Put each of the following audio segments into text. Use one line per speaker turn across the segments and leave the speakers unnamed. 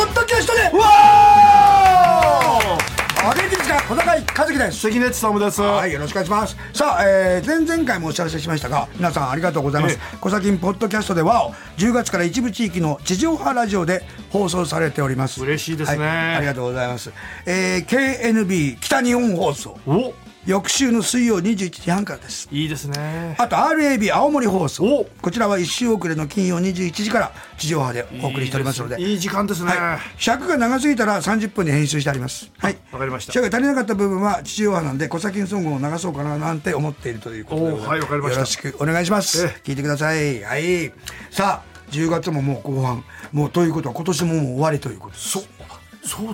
うわーお元気ですか小高井和樹です
関根勤です
はい、よろしくお願いします。さあ、えー、前々回もお知らせしましたが、皆さんありがとうございます
え。
コサキンポッドキャストでは、10月から一部地域の地上波ラジオで放送されております。
嬉しいですね
はいありがとうございます。えー、KNB 北日本放送、
お
翌週の水曜21時半からです。
いいですね
あと RAB 青森放送
お
こちらは1週遅れの金曜21時から地上波でお送りしておりますので
いいすいい時間ですね、
はい、尺が長すぎたら30分に編集してあります。はい、
わかりました
尺が足りなかった部分は地上波なんで、小崎ソングを流そうかななんて思っているということでござます
おーはいわかりまし
よ
た
ろしくお願いします。
え
聞いてください。はい、さあ、10月ももう後半、もうということは今年ももう終わりということです。
そそう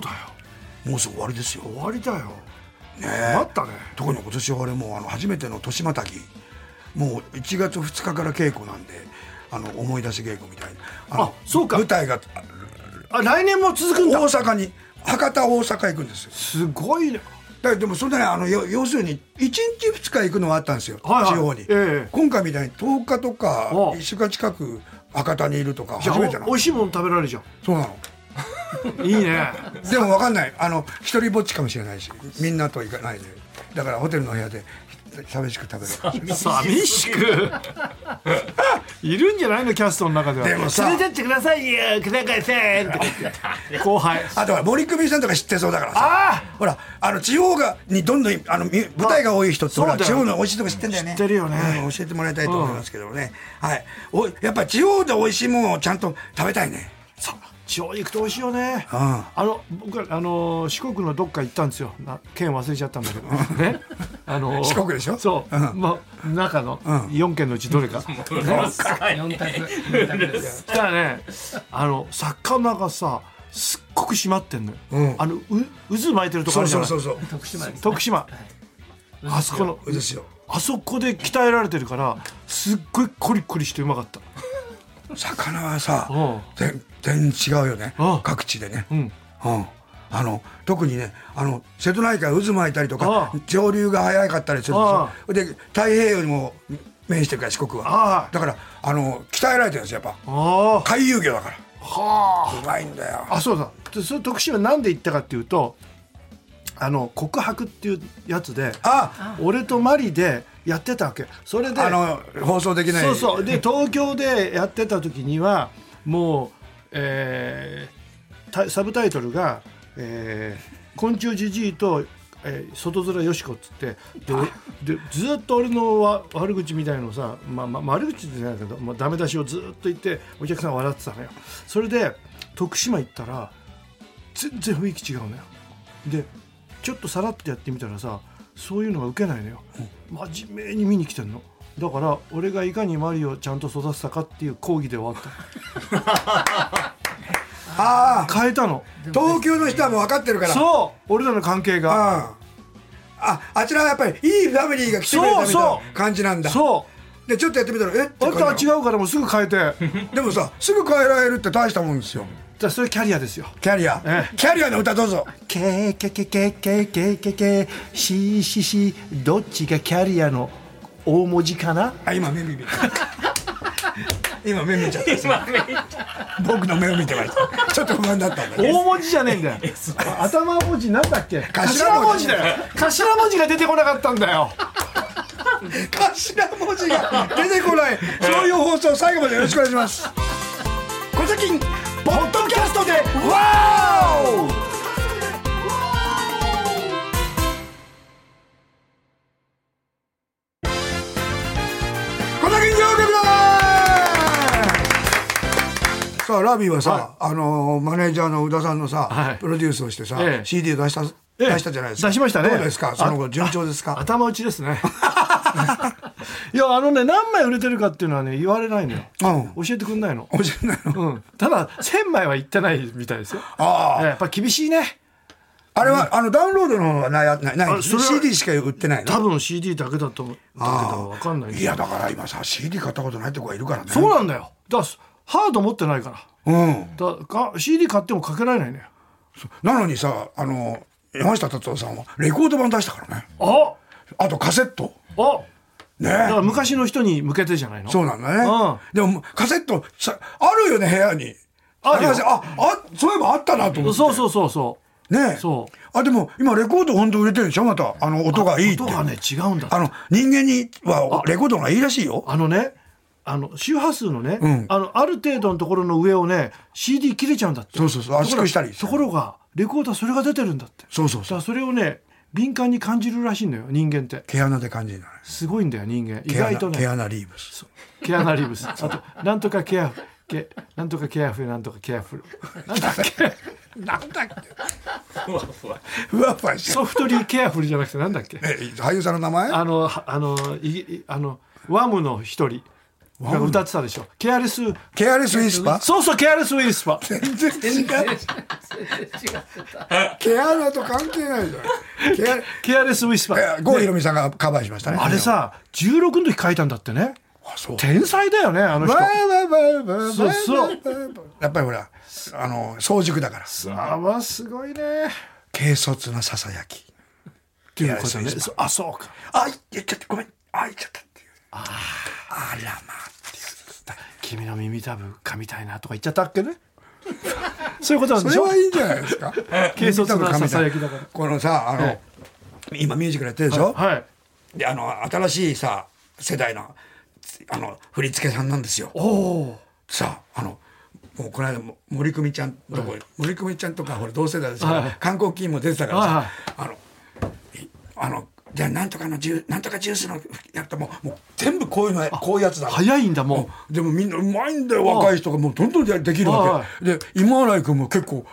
だよ
もうすぐ終わりですよ。
終わりだよ
ね
待ったね
特に今年は俺もうあの初めての年またぎ、もう1月2日から稽古なんで、あの思い出し稽古みたいな。あの
あそうか
舞台が
あ来年も続くん
大
だ
阪に、博多大阪行くんですよ。
すごいね
だからでもそれでねあのよ要するに1日2日行くのはあったんですよ、
はいはい
地方に、
ええ
今回みたいに10日とか
ああ
1週間近く博多にいるとか
じゃあ
初めてな
お美
の
味しいもの食べられるじゃん
そうなの
いい ね
でも分かんないあの一人ぼっちかもしれないしみんなと行かないでだからホテルの部屋で寂しく食べる
寂し くいるんじゃないのキャストの中では
でもさ
連れてってくださいよ久高井さんとか言って後輩
あとは森久美さんとか知ってそうだからさ
あ
ほらあの地方がにどんどんあのみ舞台が多い人ってほら
そうだ
地
よ
方の美味しいとこ知ってんだよね
知ってるよね
うん教えてもらいたいと思いますけどね、はいおやっぱ地方で美味しいものをちゃんと食べたいね
そう地方に行くと美味しいよね、
うん
あの僕はあのー四国のどっか行ったんですよな県忘れちゃったんだけどねあの ー
四国でしょ
そう、まあ、中の
ん
4県のうちど れか、ね、
四択四択です
したらねあの魚がさすっごく締まってんのよ、
うん
あのう渦巻いてるとこ
そ
あ
う
るじゃ
そ
な
う
い
そうそう
徳島です
徳島あそこの
そうですよ
あそこで鍛えられてるからすっごいコリコリしてうまかった
魚はさ
うん
全全然違うよね
うん
各地でねう
うんん
あの特にねあの瀬戸内海渦巻いたりとか
ああ
上流が早かったりするでしょ
あ
で太平洋にも面してるから四国
あ
は
あ
だからあの鍛えられてるんですよやっぱ
あ
回遊魚だから
あはあ
うまいんだよ
あそうだでその徳島なんで行ったかっていうとあの告白っていうやつで
あ
俺とマリでやってたわけそれで
あの放送できない
そうそうで東京でやってた時にはもう、えータイサブタイトルが「えー昆虫じじいと、えー外面よしこ」っつってでおでずっと俺のわ悪口みたいのをさ、まあまあ、悪口じゃないけど、まあ、ダメ出しをずっと言ってお客さん笑ってたのよそれで徳島行ったら全然雰囲気違うのよでちょっとさらっとやってみたらさそういうのがウケないのよ、真面目に見に来てんのだから俺がいかにマリオをちゃんと育てたかっていう講義で終わっ
ああ
た変えたの
東京の人はもう分かってるからう
そう俺らの関係が
あああちらはやっぱりいいファミリーが来てくれたみたいな感じなんだ
そ
でちょっとやってみたらえっ
う
て
俺とは
感
違
じな
うからもうすぐ変えてだか
のでもさすぐ変えられるって大したもんですよ
らそれキャリアですよ
キャリア、
ええ
キャリアの歌どうぞ
けけけけけけけけしししどっちがキャリアの大文字かな
あ今目見見今目見ちゃった僕の目を見てましたちょっと不安だったんだね
大文字じゃねえんだ よ頭文字なんだっけ
頭
頭
文
文
字
字だよ頭文字が出てこなかったんだよ
頭文字が出てこないそういう放送最後までよろしくお願いします小崎ポッドキャストでワーオ小崎上局ださあラビーはさ、あのーマネージャーの宇田さんのさ、
はい
プロデュースをしてさ、
ええ
CD 出した
ええ
出したじゃないですか
出しましたね
どうですかその後
あ
順調ですか
頭打ちです ねいやあのね何枚売れてるかっていうのはね言われないのよ
うん
教えてくんないの、
面白いな
うん、ただ1000枚は言ってないみたいですよ
ああ
ええやっぱ厳しいね
あれは、あのダウンロードの方はないないない
あそれは
CD しか売ってないの
多分 CD だけだと思うだけだ
あ
わかんない
いやだから今さ CD 買ったことないって子がいるからね
そうなんだよだからハード持ってないか
うん
らだか CD 買ってもかけられないね
なのにさあの山下達郎さんはレコード版出したからね
あ
あとカセット
あ
ね
だから昔の人に向けてじゃないの
そうなんだね、でもカセットさあるよね部屋に
あるよ
高橋ああそういえばあったなと思って
そうそうそうそ
ねえ
うそう
あでも今レコード本当売れてるんでしょまたあの音がいいって
音がね違うんだって
あの人間にはレコードの方がいいらしいよ
あのねあの周波数のね、
うん
あのある程度のところの上をね CD 切れちゃうんだって
そうそうそう
ところ
圧縮したり
ところがレコーダーそれが出てるんだって
そうそう
だか
そう
らそれをね敏感に感じるらしいんだよ人間って
毛穴で感じるのね
すごいんだよ人間意
毛穴
外と
毛
ね
穴リーブス
ケアナリブスあとなんとかケアフケなんとかケアフなんとかケアフルなんだっけ
なんだっけ
ふわふわ
ふわふわして
ソフトリーケアフルじゃなくてなんだっけ
え俳優さんの名前
あのはあのいいあのワムの一人が歌ってたでしょケアレス
ケアレスウィスパー
そうそうケアレスウィスパ
全然違う毛穴と関係ないじゃん毛穴
ケアレスウィスパ
え郷ひろみさんがカバーしましたね
あれさ16の時書いたんだってね
あそう
天才だよねあの人
わーわーわーわーわー
そうそう
やっぱりほらあの早熟だから
あわすごいねっ
軽率なささやき
ていうこと
い
ね
やそう
そあそうか
あいやちょっとごめんあいちゃったっていうあらまあ
君の耳たぶ噛みたいなとか言っちゃったっけね そういうことなん
それ
でしょ
はいいんじゃないですか
軽率なささやきだから
このさあの、
え
今ミュージカルやってるでしょ、
はい
であの新しいさ世代のつあの振り付けさんなんですよ
おお
さああのもうこの間も森久美ちゃんとこ、森久美ちゃんとかほら同世代ですから、
はい
観光金も出てたからさ、
はい
あのいあのじゃあなんとかのジューなんとかジュースのやったらもうもう全部こういうのやこういうやつだ
早いんだもん
もうでもみんなうまいんだよ若い人がもうどんどんできるわけで今新井君も結構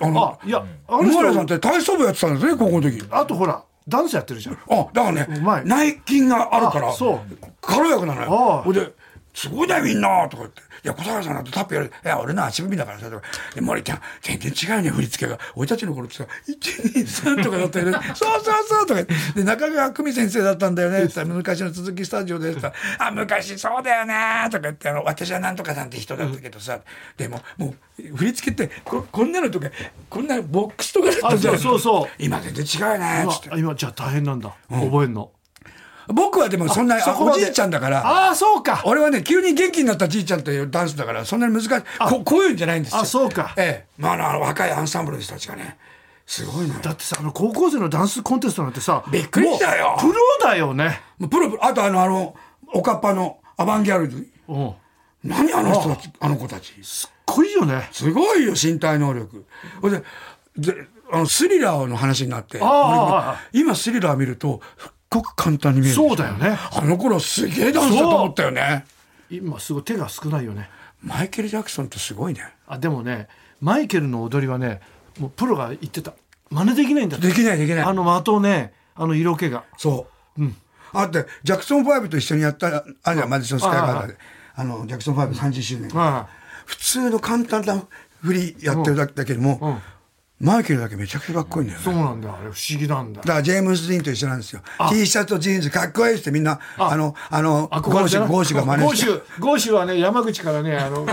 あ
あ
の
いやあの
今新井さんっ
人
て体操部やってたんですね高校の時
あとほらダンスやってるじゃん
あだから
うま
ね
い
内筋があるから
あそう
軽やかなの
あ
よ
あ
ほいですごいねみんなとか言って「いや小坂さんだってタップやるいや俺の足踏みだからさ」とかで「森ちゃん全然違うね振り付けが俺たちの頃ってさ123とかだった よねそうそうそう」とか言ってで中川久美先生だったんだよね」って言ったら昔の続きスタジオで」って言ったらあ昔そうだよね」とか言ってあの「私はなんとかさんって人だったけどさでももう振り付けってここんなのとかこんなボックスとかだったじゃん
あそうそうそう
今全然違うよね」つって
今今じゃあ大変なんだ覚えんの
僕はでもそんな
そこ
お
まで
じいちゃんだから
ああそうか
俺はね急に元気になったじいちゃんというダンスだからそんなに難しいここういうんじゃないんですよ
あそうか
ええまああのあの若いアンサンブルの人たちがねすごいのよ
だってさあの高校生のダンスコンテストなんてさ
びっくりしたよ
もうプロだよね
もうプロプロあとあのあのおかっぱのアバンギャルド
うん
何あの人たちあの子たち
すっごいよね
すごいよ身体能力ほいでであのスリラーの話になって
ああ
今スリラー見るとすっごく簡単に見える
そうだよね
あの頃すげえダンスだと思ったよね
今すごい手が少ないよね
マイケル・ジャクソンってすごいね
あでもねマイケルの踊りはねもうプロが言ってた真似できないんだって
できないできない
あの的ねあの色気が
そう。あって、ジャクソン5と一緒にやった、あ、じゃあマディソンスカイガーデンで
あ、
あの、ジャクソン5、30周年。
あ
普通の簡単な振りやってるだけだけど
うんうん
も、マイケルだけめちゃくちゃかっこいいんだよ
そう
ね。
なんだよあれ不思議なんだ
だからジェームス・ディーンと一緒なんですよ。T シャツとジーンズかっこいいってみんな、あの、あの、ゴ
憧
ー
れ
シ
だ
ュ、
な
ゴーシュが真似
ゴー
し
シ
て。
ュゴーシュはね山口からねあの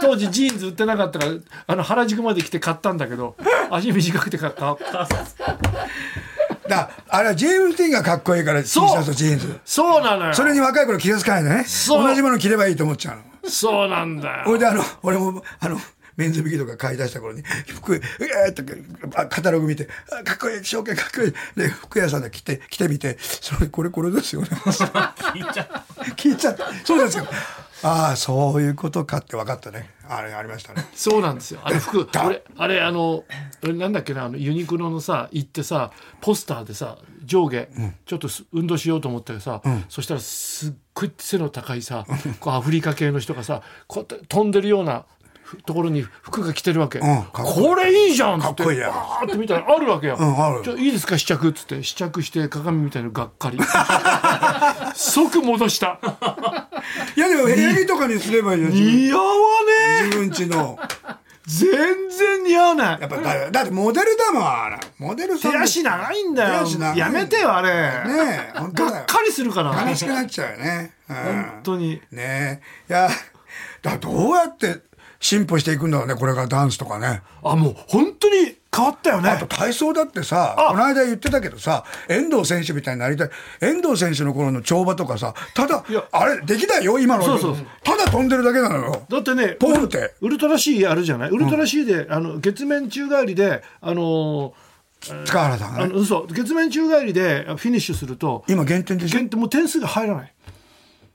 当時ジーンズ売ってなかったからあの原宿まで来て買ったんだけど足短くて 買った
だからあれはジェームス・ディーンがかっこいいから T シ
そう
ャツとジーンズ。
そうなのよ
それに若い頃気がつかないんだね。
そう
同じもの着ればいいと思っちゃうの。
そうなんだ
それ
よ
であの俺もあのメンズビキとか買い出した頃に服うえーっとあカタログ見てあかっこいい証券かっこいいで服屋さんで着て着てみてそれこれこれですよね 聞いちゃったそうですよああそういうことかって分かったねあれありましたね
そうなんですよあれ服
だ
俺あれあの俺なんだっけなあのユニクロのさ行ってさポスターでさ上下、ちょっとす運動しようと思ったけどさ、そしたらすっごい背の高いさこうアフリカ系の人がさこうやって飛んでるようなふところに服が着てるわけ、
んかっこいい
これいいじゃんっつっ
か
て
っこいいやん
わーって見たらあるわけよ、
んある
ちょいいですか試着っつって試着して鏡みたいのがっかり 即戻した
いやでも部屋着とかにすればいいよ自分
似合わねえ
自分ちの
全然似合わない
やっぱだだってモデルだもんあれモデルさ
手
ん
足
ね
長いんだよ
手足長い
やめてよあれ
え本当だ
が
よ
っかりするから
悲
本
しくなっちゃうよね、うん、
当に
ねえいやだどうやって進歩していくんだろうねこれからダンスとかね
あもう本当に変わったよ
あ
ね
と体操だってさこの間言ってたけどさ遠藤選手みたいになりたい遠藤選手の頃の跳馬とかさただ
いや
あれできないよ今の
そうそうそう
ただ飛んでるだけなのよ
だってね
ポンって
ウルトラ C あるじゃないウルトラ C で、あの月面宙返りであの
塚原さん
ーあ
がね
の嘘月面宙返りでフィニッシュすると
今減点でしょ
減点もう点数が入らない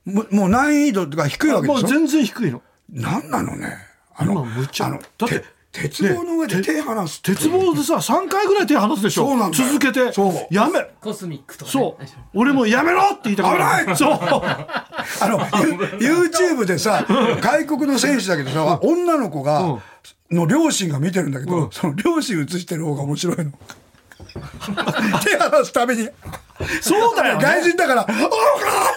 もうもう難易度が低いわけ
も
で
う
しょ
全然低いの
なんなのねあの
今むちゃ
あの
だって
て鉄棒の上で
ね
手離す
鉄棒でさ3回ぐらい手離すでしょ
そうなんだよ
続けて
そう
やめ
コスミックとか、ね、
そう俺もうやめろって言いたく
危ない
そう
あ の、ユ YouTube でさ、外国の選手だけどさ、女の子
うん
が、の両親が見てるんだけど、その両親映してる方が面白い の。手離すために。
そう だよ、ね、
外人だから、おろか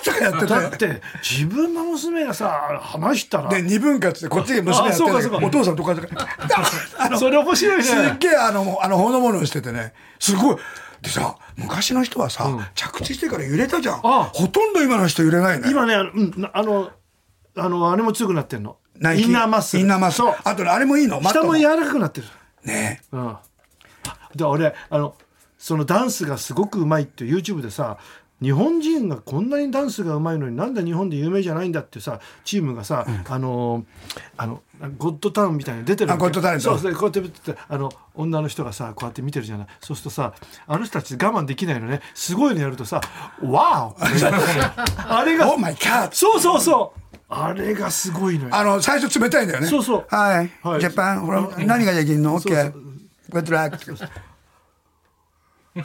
ーとかや
だ
っ
ってて自分の娘がさ話したら
て。で、二分割でこっちで娘やってるんだけど
あそうかそうか
お父さんとお母さんが、 あの
それ面白い
すっ
ね
げえあの、もうあの、ほのぼのしててね、すごい。でさ、昔の人はさ、着地してから揺れたじゃん。
あ
ほとんど今の人揺れないね。
今ねあの,、うん、あのあのあれも強くなってんの
ナイキ
インナーマッスル
インナーマッスル
そう
あとね、あれもいいのマッ
下
ト
も
も
柔らかくなってる
ねえ
うんで俺あのそのダンスがすごくうまいって YouTube でさ日本人がこんなにダンスがうまいのになんで日本で有名じゃないんだってさチームがさ、あのあのゴッドタウンみたいに出てるわ
あ
け
ゴッドタレント
そうそうこうやって見ててあの女の人がさこうやって見てるじゃないそうするとさあの人たち我慢できないのねすごいのやるとさ「ワオ! 」 あれが
オーマイカー
そうそうそうあれがすごいのよ
あの、最初冷たいんだよね。
そうそう
はい。
はい
ジャパン、ほら、何ができるのオッ
そう
ケ
そう
ー。グッドラック。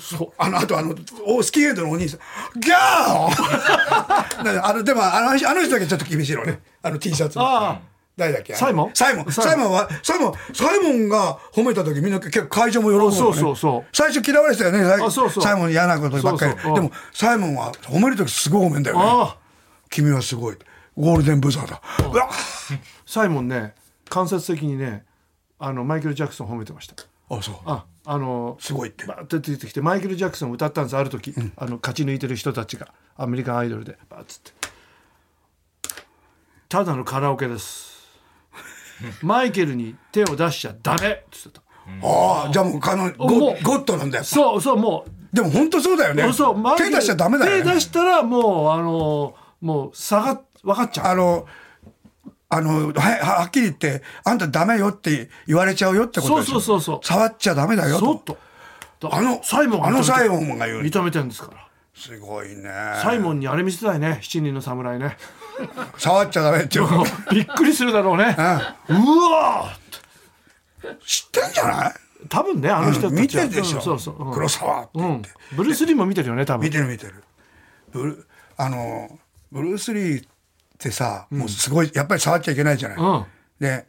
そう
あの、あとあの、おスキーヘッドのお兄さん。ギャー なんかあの、でも、あの人、あの人だけちょっと厳しいのね。あの T シャツの。
ああ
誰だっけあの
サイモン
サイモン。サイモンは、サイモン、サイモンが褒めた時みんな結構会場も喜ぶの、ね。
そうそうそう
最初嫌われてたよね。さい
あそうそう
サイモン嫌なことばっかり。
そうそううん
でも、サイモンは褒める時すごい褒めんだよね。
ああ
君はすごい。ゴールデンブザーだ。うわ
サイモンね間接的にねあのマイケル・ジャクソン褒めてました
あ、そう。
ああの
すごいって。
バーッて出てきてマイケル・ジャクソンを歌ったんですある時、あの勝ち抜いてる人たちがアメリカンアイドルでバーッつってただのカラオケ ですマイケルに手を出しちゃダメっつってた
ああ、じゃあもう、あの、ゴ
もう
ッゴッドなんだよ。
そうそうも
でも本当そうだよ
う、
ね。
そうマイケ
手
ル
出しちゃダメだよ、
手
ね
出。したらもうあのもう下が分かっちゃう
あの、あの、はははっきり言って、あんたダメよって言われちゃうよってことでしょ
そうそうそうそう
触っちゃダメだよ
そ
と
っ。と
あの、
サイモンが
あ
認め
の
て
サイモンが言う。
認めてるんですから
すごいね。
サイモンにあれ見せたいね七人の侍ね
触っちゃダメっていう。うん
びっくりするだろうねうわー
知ってんじゃない
多分ねあの人たちは
見てるでしょ。
うんそうそう、うん
黒沢って
う
言って。
ん、ブルース・リーも見てるよね多
見
分
てる見てるブルあのブルース・リーってさ、もうすごいやっぱり触っちゃいけないじゃない、
うん
で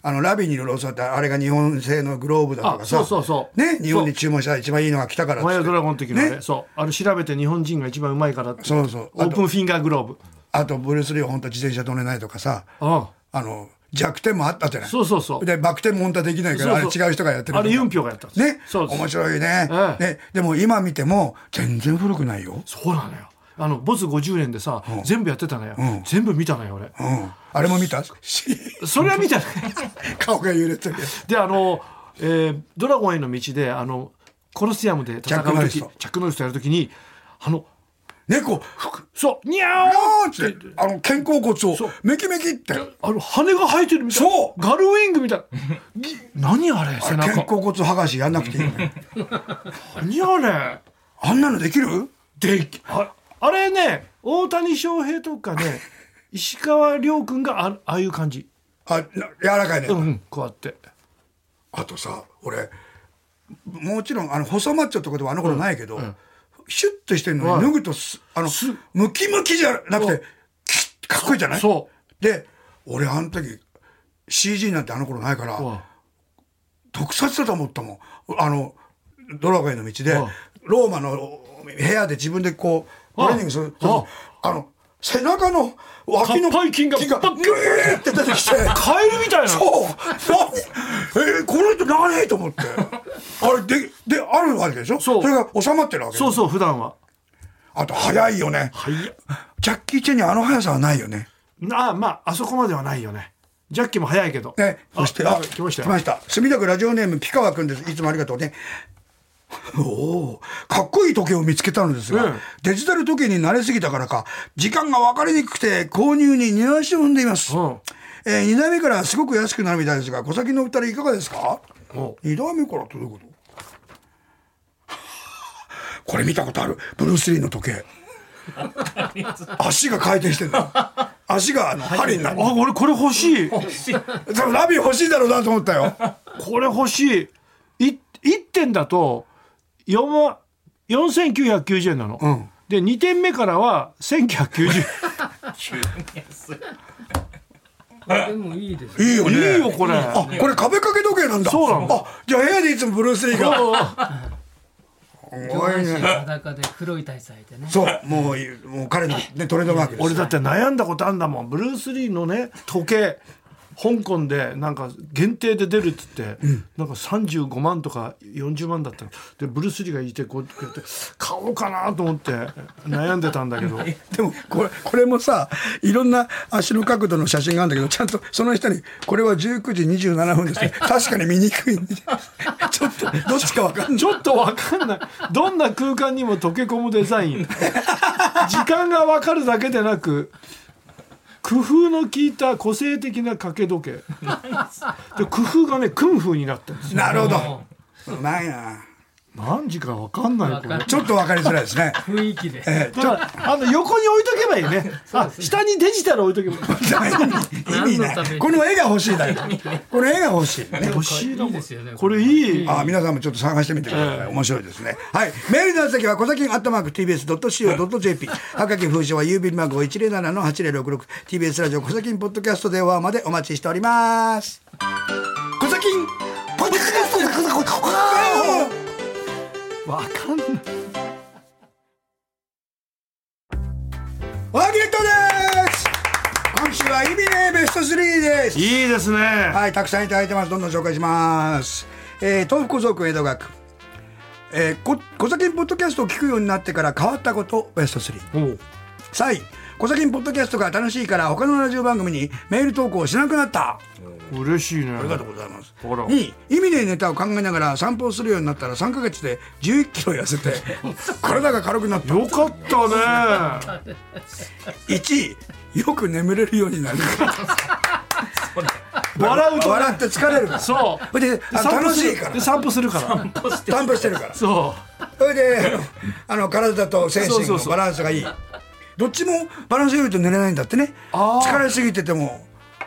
あのラビにローソンってあれが日本製のグローブだとかさ
あそうそうそう
ね、日本に注文したら一番いいのが来たからっつ
マ
っ
ヤ
て
ドラゴンの時のね
ね
そうあれ調べて日本人が一番うまいからって
そうそう
オープンフィンガーグローブ
あとブルース・リーは本当自転車乗れないとかさ
あ
あの弱点もあったじゃない
そうそうそう
でバク転も本当はできないから
そうそ
あ
う
れ違う人がやってる
あれユンピョがやったんです
ね
そうです
面白いね,、
ええ
ねでも今見ても全然古くないよ、
そうなのよあのボス50年でさ、全部やってたのよ、
ん
全部見たのよ俺
うん、あれも見た
それは見たね
顔が揺れてる
であの、えードラゴンへの道であのコロシアムで
ジ
戦う
ャックノリ
時
ス
チ
と
ャック・ノリスとやる時にあの
猫
そうにゃ
あ
ー
ーってあの肩甲骨をメキメキって
あの羽が生えてるみたい
そう
ガルウィン グみたいぎ何あれ背
肩甲
中
骨剥がしやんなくていいよね
何あれ
あんなのできる
できああれね大谷翔平と かね石川遼君があああいう感じ
あな柔らかいね、
うんうんこうやって
あとさ俺もちろんあの細マッチョってことはあの頃ないけど、シュッとしてるの
はい
に脱ぐとすあの
す
ムキムキじゃなく
そう
てキッかっこいいじゃない
そ
で俺あの時 CG なんてあの頃ないから、
うわ
特撮だと思ったもんあのドラゴンへの道で
ああ
ローマの部屋で自分でこう
あ
ト
あ
レーニングするそうあの背中の脇の
かっぱい筋が
筋が
パッ
グイーって出て きて
カエルみたいな
そう何えーこの人何と思ってあれでであるわけでしょ
そう
れが収まってるわけでし
そ
ょ
うそう普段は
あと速いよね
はい
ジャッキー・チェンにあの速さはないよね
なあまああそこまではないよねジャッキも早いけど。
ね、そして、
あ
あ、
来ました
来
よ
ま。した。墨田区ラジオネーム、ピカワくんです。いつもありがとうね。おおかっこいい時計を見つけたのですが、
うん
デジタル時計に慣れすぎたからか、時間が分かりにくくて、購入に二足を踏んでいます。
うん
えー、2台目からすごく安くなるみたいですが、小崎のお二人いかがですか
お
?2 台目からってどういうこと これ見たことある。ブルース・リーの時計。足が回転してるの。足があの針になる。
あ、俺これ欲しい。
そうラビ欲しいだろうなと思ったよ。
これ欲しい。い1点だと4万4990円なの。
うん
で2点目からは1990
でもいいです
いいよ
円。
ね。
いいよこれ。
あ、これ壁掛け時計なんだ。
そうなの
あ、じゃあ部屋でいつもブルース・リーが。 す
上
ごい
半身
ね。
裸で黒い体操でね
そう、もう、もう彼のね、トレードマークです。
俺だって悩んだことあんだもん。ブルース・リーのね時計。香港でなんか限定で出るっつって、なんか35万とか40万だったのでブルース・リーがいてこうやって買おうかなと思って悩んでたんだけど
でも、これ、これもさ、いろんな足の角度の写真があるんだけど、ちゃんとその下に、これは19時27分 ですね。確かに見にくい んで。ちょっと、どっちかわかんない。
ちょっとわかんない。どんな空間にも溶け込むデザイン。時間がわかるだけでなく、工夫の効いた個性的な掛け時計。で工夫がね、クンフーになってるんですよ。
なるほど。うまいな。
何時かわかんないこれ。
わ
だ
か
ちょっとわかりづらいですね。
雰囲気で
ええ、ちょっ
からあの横に置いとけばいいね。あ、下にデジタル置いとけばいい。
と、意味な
何のため
い。
に
この絵が欲しい だけ。この絵が欲しい。ね。
欲しいなもん
いいですよね
これいい。
あ皆さんもちょっと探してみてください、面白いですねはいメールの宛先は小崎アットマーク TBS.CO.JP 赤木風車は郵便番号 107-8066TBS ラジオ小崎ポッドキャスト電話までお待ちしております小崎ポッドキャスト
わかんない。
おはぎれットです今週はイビネベスト3です
いいですね。
はい、たくさんいただいてます。どんどん紹介します。えー、東福小僧君江戸川区。えー、こ小崎ポッドキャストを聞くようになってから変わったことベスト3。
おう
3位、小崎ポッドキャストが楽しいから他のラジオ番組にメール投稿しなくなった。
嬉しいね。
ありがとうございます。
ほら
2位、意味ねえネタを考えながら散歩をするようになったら3ヶ月で11キロ痩せて体が軽くなった。
よかったね。
1位、よく眠れるようになる。
笑うとね
笑って疲れるから。
そう。
それで、あ
散歩
楽し
する
いから
で。散歩するから
散歩してるから。
そ
それであのあ の体と精神
そ
の
うそうそう
バランスがいいどっちもバランスよいと寝れないんだってね
あー
疲れすぎてても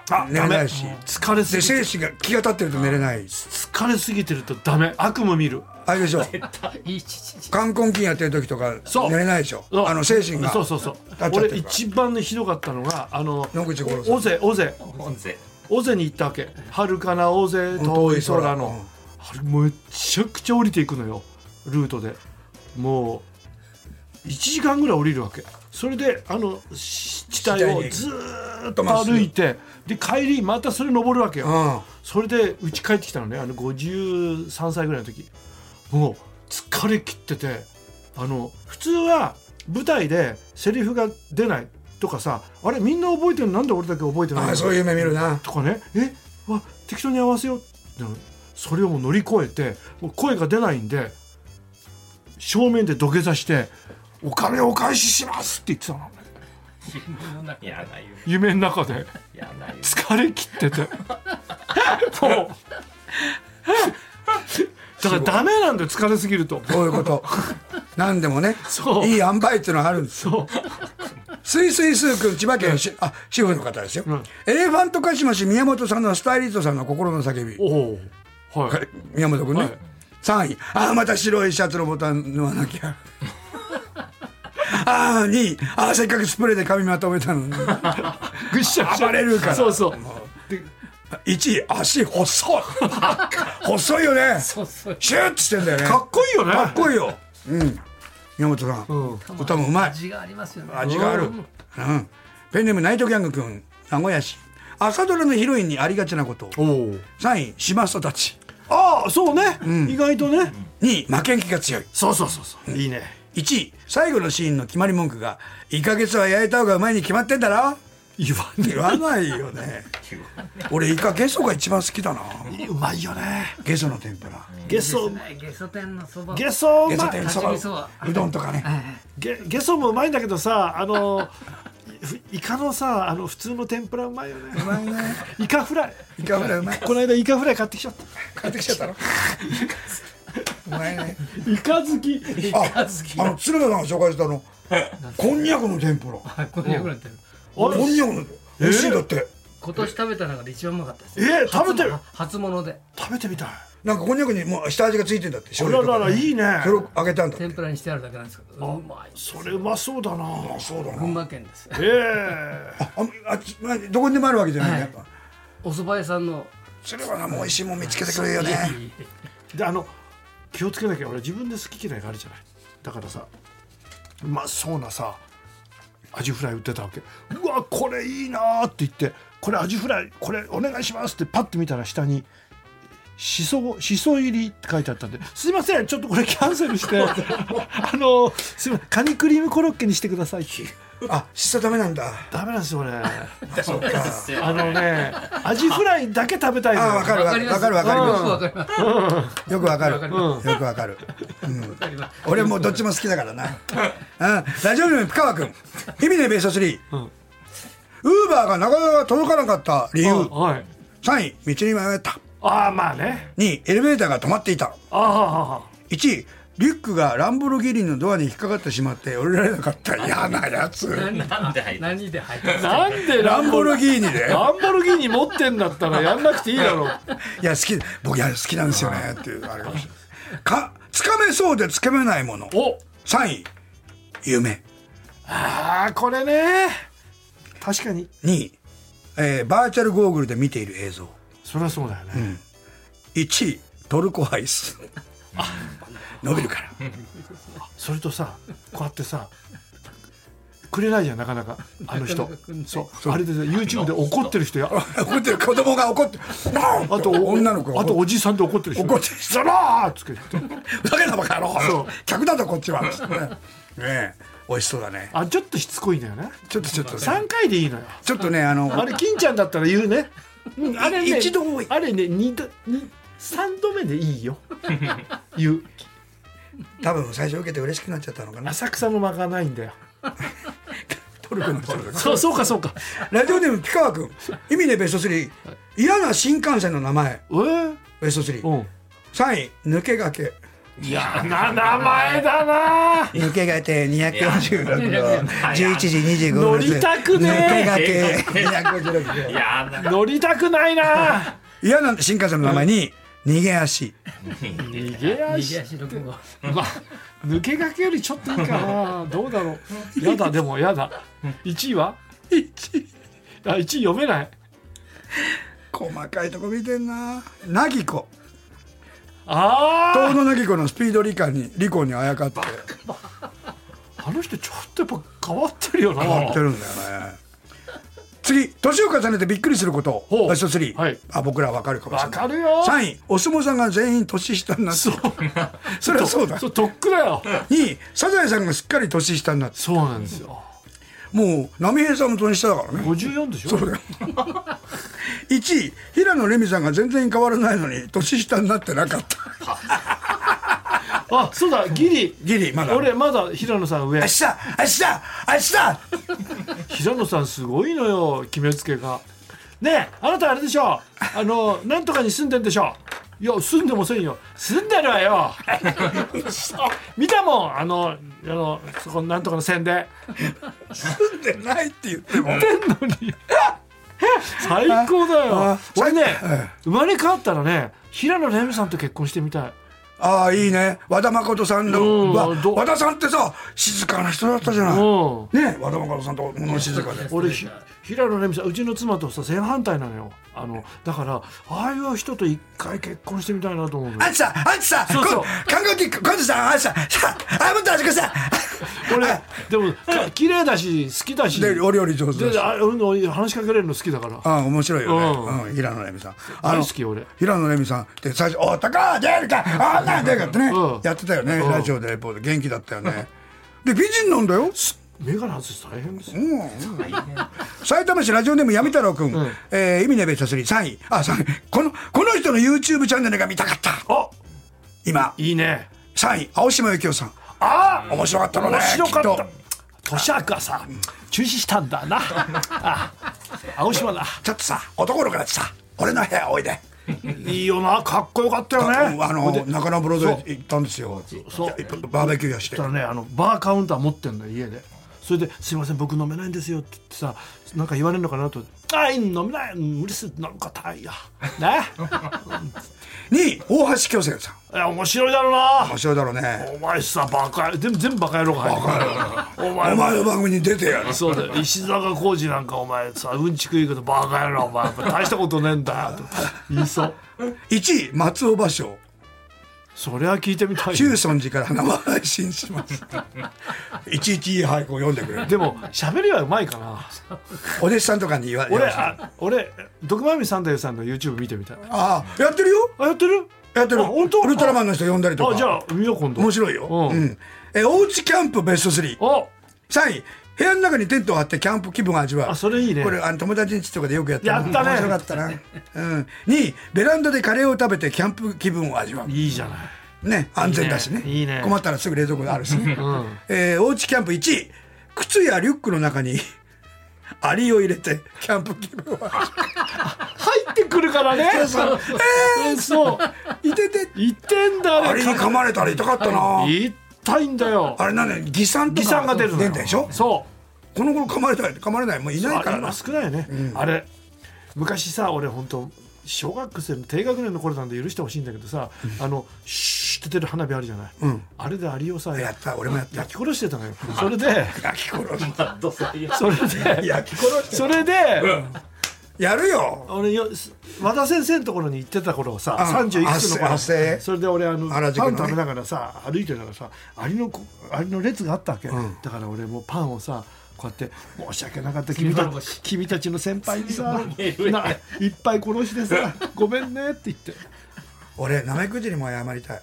あ寝れないし
う疲れす
で
ぎ
精神が気が立ってると寝れない
疲れすぎてるとダメ悪夢見る
あれでし ょ
いいちちち
冠婚金やってる時とか
そう
寝れないでしょ
そう
あの精神が
そうそうそう
立っちゃってるか
俺
ら
一番ねひどかったのがあの
野口五郎さん
尾瀬尾瀬
音声
尾瀬に行ったわけ遥かな尾瀬遠い空のあれめっちゃくちゃ降りていくのよルートでもう1時間ぐらい降りるわけそれであのし地帯をずーっと歩いてで帰りまたそれ登るわけよ、
うん
それでうち帰ってきたのねあの53歳ぐらいの時もう疲れ切っててあの普通は舞台でセリフが出ないとかさあれみんな覚えてるのなんで俺だけ覚えてない
あ
の
そういう夢見るな
とかねえわ適当に合わせようってなるそれをもう乗り越えてもう声が出ないんで正面で土下座して「お金をお返しします」って言ってたのね
やだよ
夢の中で。
やだよ
疲れ切っててもうだからダメなんだよ疲れすぎると
こういうこと 何でもね
そう
いい塩梅っていうのがあるんです
そう
スイスイスー君、千葉県し、あ、主婦の方ですよ。
うん
エレファントカシマシ宮本さんのスタイリストさんの心の叫び。
おおはい
はい宮本君ね。
はい
3位。ああ、また白いシャツのボタン縫わなき ゃ。ああ、2位。ああ、せっかくスプレーで髪まとめたの に。
ぐっしゃぐしゃ
暴れるから
そうそう
1位、足細 い。細いよね。
そうそう
シュッとしてんだよね。
かっこいいよね
かっこいいよ。うん。宮本さん。
うん
歌もうまい。
味がありますよね
味がある、うん、ペンネームナイトギャング君名古屋市朝ドラのヒロインにありがちなこと
おお
3位島人たち
ああそうね、意外とね
2位負けん気が強い
そうそうそうそういいね
1位最後のシーンの決まり文句が「1ヶ月は焼いた方がうまいに決まってんだろ」
言わね
言わないよね俺イカゲソが一番好きだな
うまいよね
ゲソの天ぷら
ゲソ
ゲソ天のそば。
ゲソう
ゲソ
まい
天そば
立ち食いそば
うどんとかね
ゲゲソもうまいんだけどさあのイカのさあの普通の天ぷらうまいよね
うまいね
イカフライ
イカフライうまい
この間イカフライ買ってきちゃった
帰ってきちゃったのうまいね
イカ好き
ああの鶴瓶さんが紹介したあのこんにゃくの天ぷら
はい、これぐらいだったよ
こんにゃくの美味しいんだって
今年食べた中で一番うまかったです。
えー食べてる
初物で
食べてみたい
なんかこんにゃくにもう下味がついてんだって
あ
醤
ら
油と
ら
から
いいね
それを揚げたんだって
天ぷらにしてあるだけなんですけど、うまい。
それうまそうだな
あそうだ
群
な
馬県です。
ええ
あああちまあどこにでもあるわけじゃないね
はい
やっぱ
お蕎麦屋さんの。
鶴瓶さんも美味しいもん見つけてくれるよね
であの気をつけなきゃ俺自分で好き嫌いがあるじゃないだからさうまそうなさアジフライ売ってたわけうわこれいいなーって言ってこれアジフライこれお願いしますってパッて見たら下にしそしそ入りって書いてあったんで「すいませんちょっとこれキャンセルして あのすいませんカニクリームコロッケにしてください」って
あしそダメなんだ
ダメなんですよ 俺
そうか
あのねアジフライだけ食べたいの
あ
よ
わかるわかるわかるわかる
よくわかります。
よくわかる。
かり
よくわかる。うん俺もどっちも好きだからな。うんラジオネーム、深川君。意味でベスト3。ウーバーがなかなか届かなかった理由。
はい
3位、道に迷った。
ああまあね
2位、エレベーターが止まっていた。
あああ
1位、リュックがランボルギーニのドアに引っかかってしまって降りられなかった嫌なやつ。
なんで入った
何で入ってます
なんで
ランボルギーニで。
ランボルギーニ持ってんだったらやんなくていいだろう。
いや、好き、僕いや好きなんですよね。っていう、あれかもしれない。か、つかめそうでつかめないもの。
お
3位、夢。
ああ、これね。確かに。
2位、えーバーチャルゴーグルで見ている映像
そりゃそうだよね。
1位トルコアイス伸びるから
それとさ、こうやってさ、くれないじゃん、なかなか。あの人
なかなかくんない。
そう。あれでさ YouTube で怒ってる人や。
怒ってる子供が怒ってなん
あと、
女の子が
あと
怒っ
おじさんで怒ってる人。
怒ってる
そらーっつけて。
ふざけんなバカ野
そ
郎
う
客だとこっちはねえ美味しそうだね
あ、ちょっとしつこいんだよね。
ちょっとちょっと
3回でいいのよ。
ちょっとねあの
あれ、金ちゃんだったら言うね。うんあれね、
一度多い
あれね、二度、二三度目でいい よ。言う。
多分最初受けて嬉しくなっちゃったのかな
浅草の間がないんだよ。
トルコの人だから
そうそうかそうか。
ラジオネームピカワ君意味でベスト3嫌な新幹線の名前
えー、
ベスト
う
33
ん。
位抜け駆け
あな名前だな。
抜けがて246度11時25分
乗りたくねえ
抜 けがて256
い
度
やーな
乗りたくないな。
嫌な新幹線の名前に逃げ足
逃げ
右
足。
足6号。
まあ抜け駆けよりちょっといいか な。どうだろう。やだでもやだ。一位は？一位。あ一位読めない。
細かいとこ見てんななぎこ
あ
遠野なぎこのスピード離婚に離婚にあやかって
あ。あの人ちょっとやっぱ変わってるよな。
変わってるんだよね次年を重ねてびっくりすること
ほう
ベスト3、
はい
あ僕らわかるかもしれ
わ
ない
かるよ。
3位お相撲さんが全員年下になって
そう。
それはそうだ
そうとっくだよ。
2位サザエさんがすっかり年下になって
そうなんですよ。
もう波平さんも年下だからね
五十四でしょ。
そうだよ。1位、平野レミさんが全然変わらないのに、年下になってなかった。
あそうだギリ。
ギリ、まだ。
俺まだ平野さん上
明日、明日、明
平野さんすごいのよ決めつけがねえあなたあれでしょあのなんとかに住んでんでしょいや住んでませんよ住んでるわよ 見たもんあのあのそこのなんとかの線で
日住んでないって言っても。
最高だよ
あ
俺ね
え
生まれ変わったらね平野レミさんと結婚してみたい
ああ、いいね。和田誠さん
うん
の、わ
ど
和田さんってさ、静かな人だったじゃ
う
ない。
ん
ね、和田誠さんと物静かで。
俺ひ平野レミさんうちの妻とさ正反対なのよあのだからああいう人と一回結婚してみたいなと思うのよ
あんさん、あんさん、
そうそう
こ看護機、看護師さん、あんさん、さあ、あ、もっとあそこさ。
俺でもか綺麗だし好きだ し
で、お料理上手だ
で
し。
あ俺の話しかけられるの好きだから
ああ、面白いよ
うん
ね。うん、平野レミさん。あ
大
の
好き俺
平野レミさんって最初「おたか出るかあんなん出るか」ってね
うん
やってたよね
ん
ラジオでレポート元気だったよねで美人なんだよ
すメガネ外すと大変ですよ
うん埼玉市ラジオネーム闇太郎君、
うん
えー意味ねべさすり3位あ3位このこの人の YouTube チャンネルが見たかった
あ
今
いいね
3位青島由紀夫さん
あ
面白かったのね
面白かっ
き
た
と
年明けはさ中止したん だなあ青島だ
ちょっとさ男の子たちさ俺の部屋おいで、
いいよなかっこよかったよね
あの
ほいで
中野ブロードウェイ行ったんですよ
そう
バーベキューやし
そしてたらねあのバーカウンター持ってんの家でそれで「すいません僕飲めないんですよ」って言ってさなんか言われるのかなと「あい飲めないうん無理する飲むかたいや」 ね
2位大橋京成さん
いや面白いだろうな
面白いだろうね
お前さバカ全部全部バカ野郎が入ってるお
お
前
前の番組に出てやる
そうだよ 石坂浩二なんかお前さうんちくいいけどバカ野郎お前大したことねえんだよと言いそう
1位松尾芭蕉
それは聞いてみたいよ
中尊寺から生配信します いちいちいい俳句を読んでくれる
でも喋りはうまいかな
お弟子さんとかに言われ
俺あ俺徳間美三太夫さんの YouTube 見てみたい
ああやってるよ
あやってる
やってる
あ本当
ウルトラマンの人呼んだりとか
あじゃあ見よう今度
面白いよ、
うん
うんえおうちキャンプベスト33
お
位部屋の中にテントを張ってキャンプ気分を味わう
あそれいいね
これあの友達ん家とかでよくやったな
やったね
面白かったな、うん、2位ベランダでカレーを食べてキャンプ気分を味わ
いいじゃない、
うね安全だしね
いいね
困ったらすぐ冷蔵庫があるしね、
うん、
えー、おうちキャンプ1位靴やリュックの中に アリを入れてキャンプ気分を味わ
入ってくるからね
う そう
えー、そう
ういてて
言ってんだ
ア
あれ
リに噛まれたら痛かったな
痛いんだよ
あれなんだよ偽酸と
義さん
か
が出るのよ
んでしょ
そ
この頃噛まれたり噛まれないもういうないから
あれ
な
は少ないよね、あれ昔さ俺本当小学生の低学年の頃なんで許してほしいんだけどさ、あのシューって出る花火あるじゃない、あれでアリをさ
やった俺もやった
焼き殺してたのよそれで
焼き殺 し
あどうせいや
それで
焼き殺し
それで、
やるよ
俺よす和田先生のところに行ってた頃さ
あ
30いくつの頃
発生
それで俺あの
原宿の
パ
ね
ン食べながらさ歩いてたらさアリのこアリの列があったわけ、だから俺もうパンをさこうやって申し訳なかった君た
滅ぼし
君たちの先輩にさ
滅ぼし
ないっぱい殺して さごめんねって言って
俺ナメクジにも謝り たい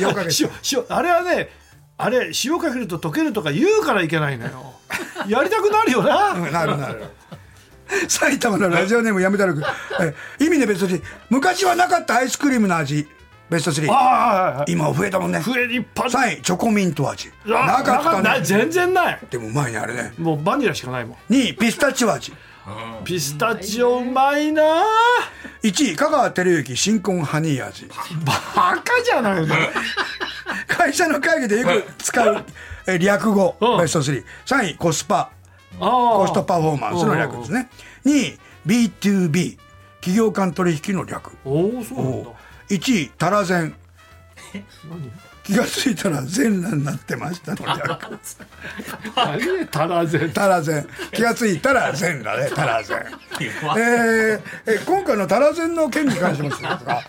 塩かけて
塩塩あれはねあれ塩かけると溶けるとか言うからいけないのよやりたくなるよな
うんなるなる埼玉のラジオネームやめたらくえ意味ねベスト3昔はなかったアイスクリームの味ベスト3
ああ
今増えたもんね
増え立派
3位チョコミント味
あ
なかった
な
ね
い全然ない
でもうまいねあれね
もうバニラしかないもん
2位ピスタチオ味
ピスタチオうまいなあ
1位香川照之新婚ハニー味
バカじゃないの
会社の会議でよく使うえ略語
うん
ベスト33位コスパ
あ
コストパフォーマンスの略ですね2位 B2B 企業間取引の略
おおそうなんだ
1位タラゼン気がついたら全裸になってましたの略
何タラゼン
タラゼン気がついたら全裸でタラゼン
弱い
えーえ今回のタラゼンの件に関しましてですが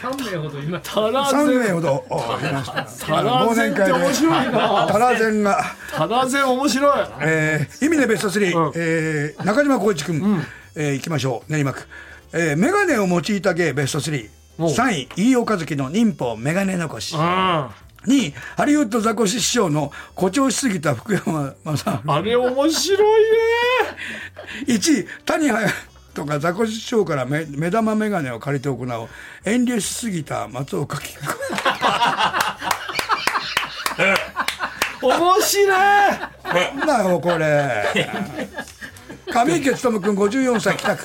三名ほど今
タラゼ
3
ン
名ほどおいました
タラゼンって面白いな
タラゼンが、
タラゼン面白い
えー、意味でベスト3、
うん
えー中島浩一君、えー行きましょう練馬区、えー、メガネを用いた芸ベスト3
おう
3位飯尾和樹の忍法メガネ残し
うんあ
2位ハリウッドザコシ師匠の誇張しすぎた福山雅治
れ面白いね
1位谷隼とかザコシ師匠から目目玉メガネを借りて行う遠慮しすぎた松岡貴子
面白い
なんだよこ れ上池勉君54歳北区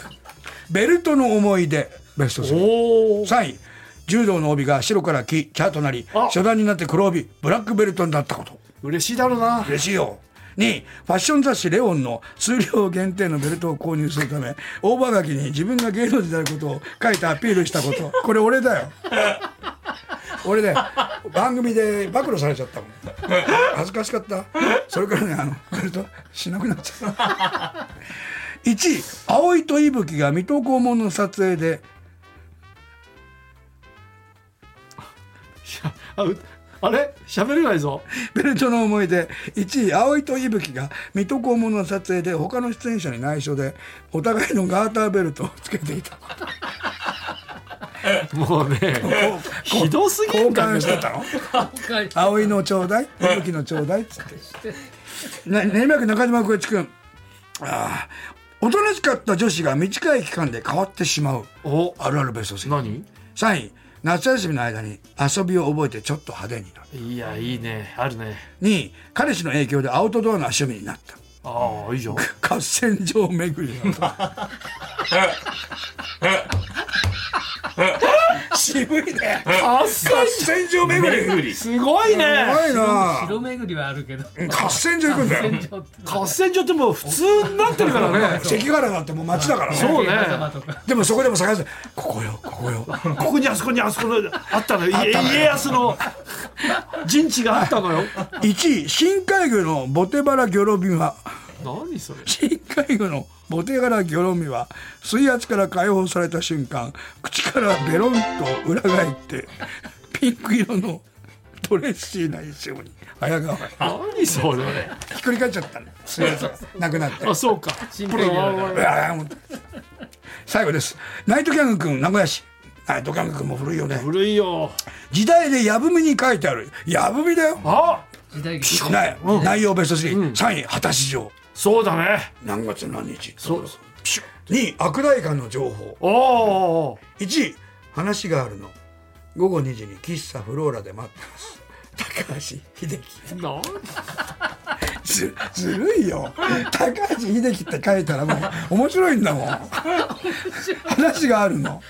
ベルトの思い出ベスト3
おお
3位柔道の帯が白から黄茶となり
あ
初段になって黒帯ブラックベルトになったこと
嬉しいだろうな
嬉しいよ2位ファッション雑誌「レオン」の数量限定のベルトを購入するため大葉書に自分が芸能人であることを書いてアピールしたことこれ俺だよ俺ね番組で暴露されちゃったもん恥ずかしかったそれからねあのベルトしなくなっちゃった1位葵と伊吹が水戸黄門の撮影で
あうあれ喋れないぞ
ベルトの思い出1位葵と伊吹が水戸黄門の撮影で他の出演者に内緒でお互いのガーターベルトをつけていたこと
もうねひどすぎる
交
んだ
換
け
し
ど
てたの
返して
葵のちょうだい吹雪のちょうだいっつってな練馬区中島光一君ああおとなしかった女子が短い期間で変わってしまう
お
あるあるベスト3
何
3位夏休みの間に遊びを覚えてちょっと派手になる
いやいいねあるね
2位彼氏の影響でアウトドアの趣味になった
ああいいじゃん
合戦場巡りなんだ渋いね
あっさ
合戦場巡り
ぐり。
すごい
す
ね
ごいな
白巡りはあるけど
合戦場行くんだよ
戦場って
合戦場ってもう普通になってるから ね
関ヶ原だってもう町だからね
そうね
神様とか
でもそこでも探すここよここよ
ここにあそこにあそこのあったのよい家康の陣地があったのよ
1位深海魚のボテバラギョロビは
何それ
深海魚のボテガラギョロミは水圧から解放された瞬間口からベロンと裏返ってピンク色のドレッシーな衣装に早変わり
何それ
ひっくり返っちゃったね水圧がなくなって
あそうか
新兵器だから
うわーもう最後ですナイトキャング君名古屋市ナイトキャング君も古いよね
古いよ
時代でやぶみに書いてあるやぶみだよ
あ
時代劇
ない、内容ベスト33、3位果たし状
そうだね
何月何日
そう
2位悪代官の情報
おーおーお
1位話があるの午後2時に喫茶フローラで待ってます高橋秀樹
ーなん
ずずるいよ高橋秀樹って書いたらもう面白いんだもん話があるの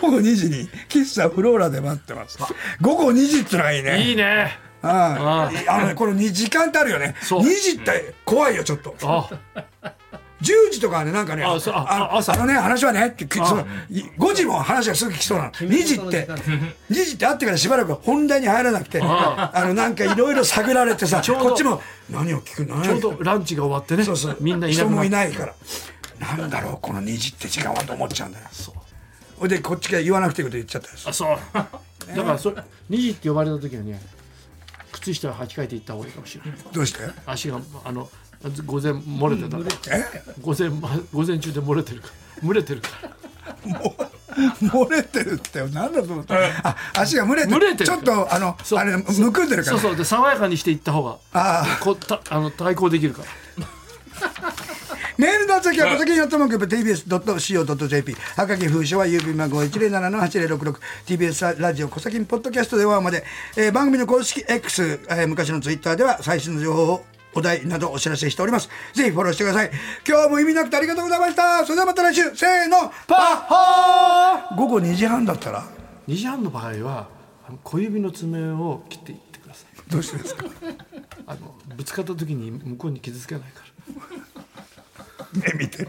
午後2時に喫茶フローラで待ってます午後2時ってのがいいね
いいね
あああのねこのに時間ってあるよね
そう
2時って怖いよちょっと
あ
10時とかはねなんかね
あそうあ
の
あ朝
あのね話はねってきそのい5時も話がすぐ聞きそうなの2時
の
って
時間
2時ってあってからしばらく本題に入らなくてあのなんかいろいろ探られてさ
ょうど
こっちも何を聞くの
ちょうどランチが終わってね
そうそう
みんないな
人
く
も
ないって
ないからなんだろうこの2時って時間はと思っちゃうんだよ
そう
ほいでこっちが言わなくていいこと言っちゃったりする
あそうだからそれ2時って呼ばれた時はね靴下を履き替えていった方がいいかもしれない
どうして
足があの午前漏れてた、
え
午前ま午前中で漏れてるから蒸れてるから
もう漏れてるってなんだと思ったあ足が蒸れて
蒸れてる
ちょっとあの
そう
あれむくんでるか
そう
ら
そうで爽やかにしていった方が
ああ
こたあの対抗できるから
メールの先は小崎によってもグループ TBS.CO.JP 赤木風書は郵便番号 107-8066TBS ラジオ小崎ポッドキャストではまで、えー番組の公式 X、えー昔のツイッターでは最新の情報をお題などお知らせしておりますぜひフォローしてください今日も意味なくてありがとうございましたそれではまた来週せーのパッホー午後2時半だったら
2時半の場合はあの小指の爪を切っていってください
どうして ですか
あのぶつかった時に向こうに傷つけないから
目見てる